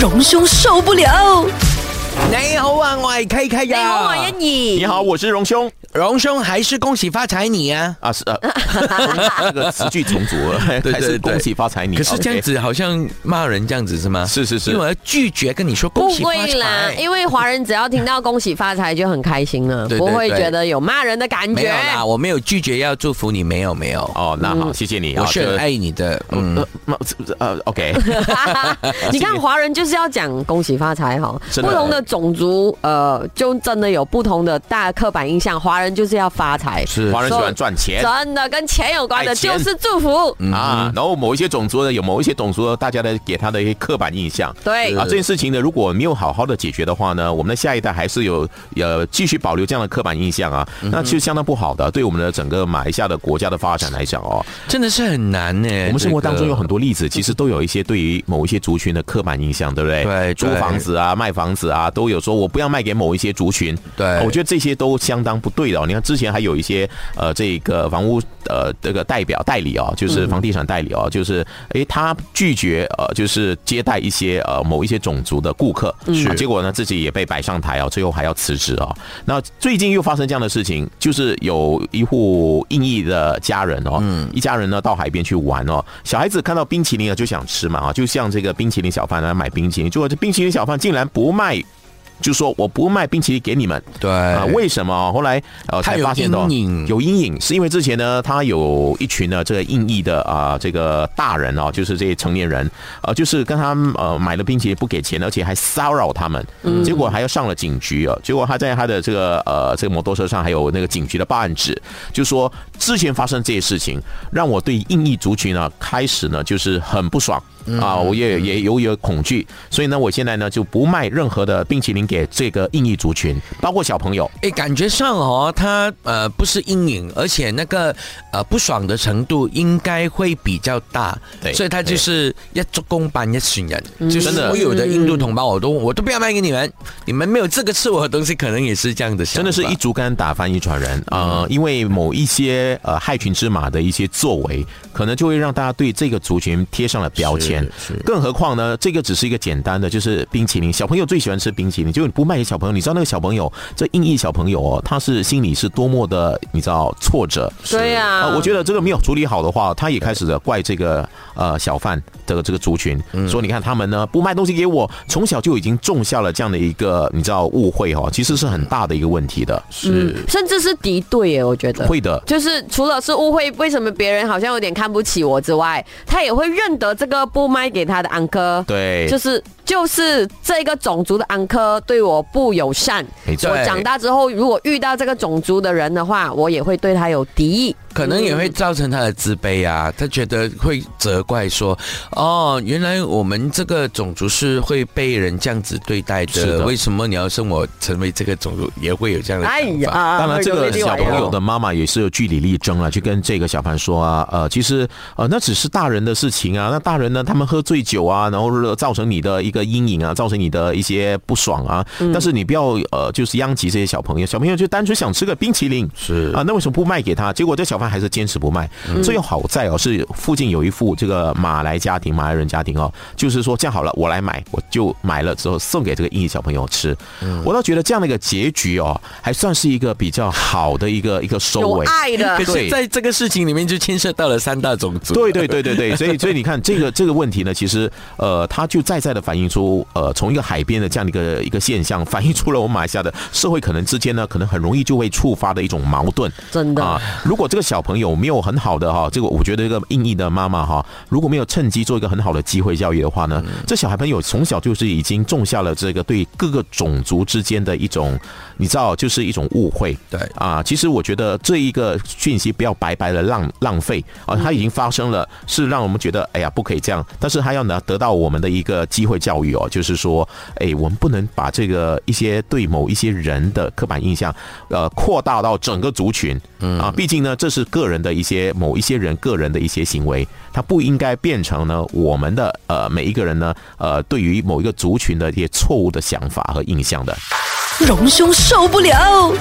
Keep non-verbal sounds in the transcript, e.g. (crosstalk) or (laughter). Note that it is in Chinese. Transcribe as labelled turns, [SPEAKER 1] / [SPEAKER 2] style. [SPEAKER 1] 隆兄受不了。
[SPEAKER 2] 你好啊，我系 K K
[SPEAKER 1] 你好，哎我
[SPEAKER 2] 呀。
[SPEAKER 1] 欣怡。
[SPEAKER 3] 你好，我是荣兄
[SPEAKER 2] 荣兄还是恭喜发财你啊！
[SPEAKER 3] 啊，是呃， (laughs) 这个词句重组了，
[SPEAKER 4] 对
[SPEAKER 3] 还是
[SPEAKER 4] 对
[SPEAKER 3] 恭喜发财你。
[SPEAKER 4] 可是这样
[SPEAKER 3] OK，
[SPEAKER 4] 子好像骂人这样子是吗？
[SPEAKER 3] 是是是
[SPEAKER 4] 因为我要拒绝跟你说恭
[SPEAKER 1] 不
[SPEAKER 4] 喜发
[SPEAKER 1] 会啦，
[SPEAKER 4] 财。
[SPEAKER 1] 因为华人只要听到恭喜发财就很开心了，
[SPEAKER 4] 对对
[SPEAKER 1] 不会
[SPEAKER 4] 对
[SPEAKER 1] 觉得有骂人的感
[SPEAKER 4] 没有
[SPEAKER 1] 觉。
[SPEAKER 4] 啦，我没有拒绝要祝福你，没有没有，
[SPEAKER 3] 哦，那好，谢谢你啊，
[SPEAKER 4] 嗯我是
[SPEAKER 3] 这
[SPEAKER 4] 很
[SPEAKER 3] 个
[SPEAKER 4] 爱你的。嗯，
[SPEAKER 3] 呃呃呃，OK，
[SPEAKER 1] (laughs)
[SPEAKER 4] (laughs)
[SPEAKER 1] 你看华人就是要讲恭喜发财哈，
[SPEAKER 3] 真的
[SPEAKER 1] 不同的种族呃，就真的有不同的大刻板印象，华人就是要发财，
[SPEAKER 4] 是
[SPEAKER 3] 华人喜欢赚钱。
[SPEAKER 1] 真的跟钱有关的
[SPEAKER 3] 爱钱
[SPEAKER 1] 就是祝福，
[SPEAKER 4] 嗯
[SPEAKER 3] 啊，然后某一些种族呢，有某一些种族呢，大家的给他的一些刻板印象。
[SPEAKER 1] 对
[SPEAKER 3] 啊，这件事情呢，如果没有好好的解决的话呢，我们的下一代还是有呃继续保留这样的刻板印象啊，
[SPEAKER 4] 嗯
[SPEAKER 3] 那其实相当不好的，对我们的整个马来西亚的国家的发展来讲哦，
[SPEAKER 4] 真的是很难呢。
[SPEAKER 3] 我们生活当中有很
[SPEAKER 4] 多
[SPEAKER 3] 多例子，其实都有一些对于某一些族群的刻板印象，对不对？
[SPEAKER 4] 对对
[SPEAKER 3] 租房子啊、卖房子啊，都有说我不要卖给某一些族群。
[SPEAKER 4] 对
[SPEAKER 3] 啊我觉得这些都相当不对的、哦。你看之前还有一些呃，这个房屋呃这个代表代理哦，就是房地产代理哦，就是诶他拒绝呃就是接待一些呃某一些种族的顾客，是、结果呢自己也被摆上台哦，最后还要辞职哦。那最近又发生这样的事情，就是有一户印裔的家人哦，一家人呢到海边去玩哦，小孩子看到冰淇淋啊就想吃嘛啊，就像这个冰淇淋小贩来买冰淇淋，结果这冰淇淋小贩竟然不卖。就说我不卖冰淇淋给你们，
[SPEAKER 4] 对
[SPEAKER 3] 啊，为什么？后来呃
[SPEAKER 4] 他
[SPEAKER 3] 才
[SPEAKER 4] 有
[SPEAKER 3] 发现到
[SPEAKER 4] 阴影
[SPEAKER 3] 有阴影是因为之前呢，他有一群呢这个印裔的啊、这个大人哦，就是这些成年人，呃，就是跟他们呃买了冰淇淋不给钱，而且还骚扰他们，
[SPEAKER 4] 嗯
[SPEAKER 3] 结果还要上了警局哦。结果他在他的这个呃这个摩托车上还有那个警局的报案纸，就说之前发生这些事情，让我对印裔族群呢啊开始呢就是很不爽。
[SPEAKER 4] 嗯
[SPEAKER 3] 啊，我也也有有恐惧，所以呢，我现在呢就不卖任何的冰淇淋给这个印裔族群，包括小朋友。
[SPEAKER 4] 诶，感觉上哦，它呃不是阴影，而且那个呃不爽的程度应该会比较大，
[SPEAKER 3] 对
[SPEAKER 4] 所以它就是一做公办一群人，就是
[SPEAKER 3] 真的
[SPEAKER 4] 所有的印度同胞，我都我都不要卖给你们，你们没有资格吃我的东西，可能也是这样的想
[SPEAKER 3] 真
[SPEAKER 4] 法，
[SPEAKER 3] 的是一竹竿打翻一船人啊、呃因为某一些呃害群之马的一些作为，可能就会让大家对这个族群贴上了标
[SPEAKER 4] 是
[SPEAKER 3] 签。
[SPEAKER 4] 是
[SPEAKER 3] 更何况呢，这个只是一个简单的，就是冰淇淋。小朋友最喜欢吃冰淇淋，结果你不卖给小朋友，你知道那个小朋友，这印裔小朋友哦，他是心里是多么的，你知道挫折。
[SPEAKER 1] 对
[SPEAKER 3] 啊、
[SPEAKER 1] 呀，
[SPEAKER 3] 我觉得这个没有处理好的话，他也开始的怪这个呃小贩的这个族群，说你看他们呢不卖东西给我，从小就已经种下了这样的一个你知道误会哦，其实是很大的一个问题的，
[SPEAKER 1] 嗯，甚至是敌对耶，我觉得
[SPEAKER 3] 会的。
[SPEAKER 1] 就是除了是误会，为什么别人好像有点看不起我之外，他也会认得这个不卖给他的安哥，
[SPEAKER 3] 对，
[SPEAKER 1] 就是就是这个种族的安哥对我不友善。
[SPEAKER 3] 没错
[SPEAKER 4] 对
[SPEAKER 1] 我长大之后，如果遇到这个种族的人的话，我也会对他有敌意。
[SPEAKER 4] 可能也会造成他的自卑啊，他觉得会责怪说，哦，原来我们这个种族是会被人这样子对待
[SPEAKER 3] 是
[SPEAKER 4] 的，
[SPEAKER 3] 的
[SPEAKER 4] 为什么你要生我成为这个种族，也会有这样的想
[SPEAKER 1] 哎
[SPEAKER 4] 法？
[SPEAKER 1] 啊
[SPEAKER 3] 当然，这个小朋友
[SPEAKER 1] 的
[SPEAKER 3] 的妈妈也是有据理力争啊了，去跟这个小潘说啊，呃，其实呃，那只是大人的事情啊，那大人呢，他们喝醉酒啊，然后造成你的一个阴影啊，造成你的一些不爽啊，但是你不要呃，就是殃及这些小朋友，小朋友就单纯想吃个冰淇淋，
[SPEAKER 4] 是
[SPEAKER 3] 啊，那为什么不卖给他？结果这小贩还是坚持不卖。
[SPEAKER 1] 嗯
[SPEAKER 3] 最好在哦，是附近有一户这个马来家庭、马来人家庭哦，就是说这样好了，我来买，我就买了之后送给这个印裔小朋友吃。
[SPEAKER 1] 嗯
[SPEAKER 3] 我倒觉得这样的一个结局哦，还算是一个比较好的一个一个收
[SPEAKER 1] 有
[SPEAKER 3] 尾。
[SPEAKER 1] 爱
[SPEAKER 3] (laughs)
[SPEAKER 1] 的
[SPEAKER 4] 可，是，
[SPEAKER 3] 对
[SPEAKER 4] 在这个事情里面就牵涉到了三大种族。
[SPEAKER 3] 对对对对对，所以所以你看这个这个问题呢，其实呃，它就再再的反映出呃，从一个海边的这样的一个一个现象，反映出了我们马来西亚的社会可能之间呢，可能很容易就会触发的一种矛盾。
[SPEAKER 1] 真的
[SPEAKER 3] 啊，如果这个小朋友没有很好的哈，这个我觉得这个印裔的妈妈哈，如果没有趁机做一个很好的机会教育的话呢，这小孩朋友从小就是已经种下了这个对各个种族之间的一种，你知道，就是一种误会。
[SPEAKER 4] 对
[SPEAKER 3] 啊，其实我觉得这一个讯息不要白白的浪浪费啊，它已经发生了，是让我们觉得哎呀不可以这样，但是它要呢得到我们的一个机会教育哦，就是说，哎，我们不能把这个一些对某一些人的刻板印象，呃，扩大到整个族群啊，毕竟呢这是个人的一些某一些人个人的一些行为，它不应该变成呢我们的呃每一个人呢呃对于某一个族群的一些错误的想法和印象的。
[SPEAKER 1] 荣兄受不了。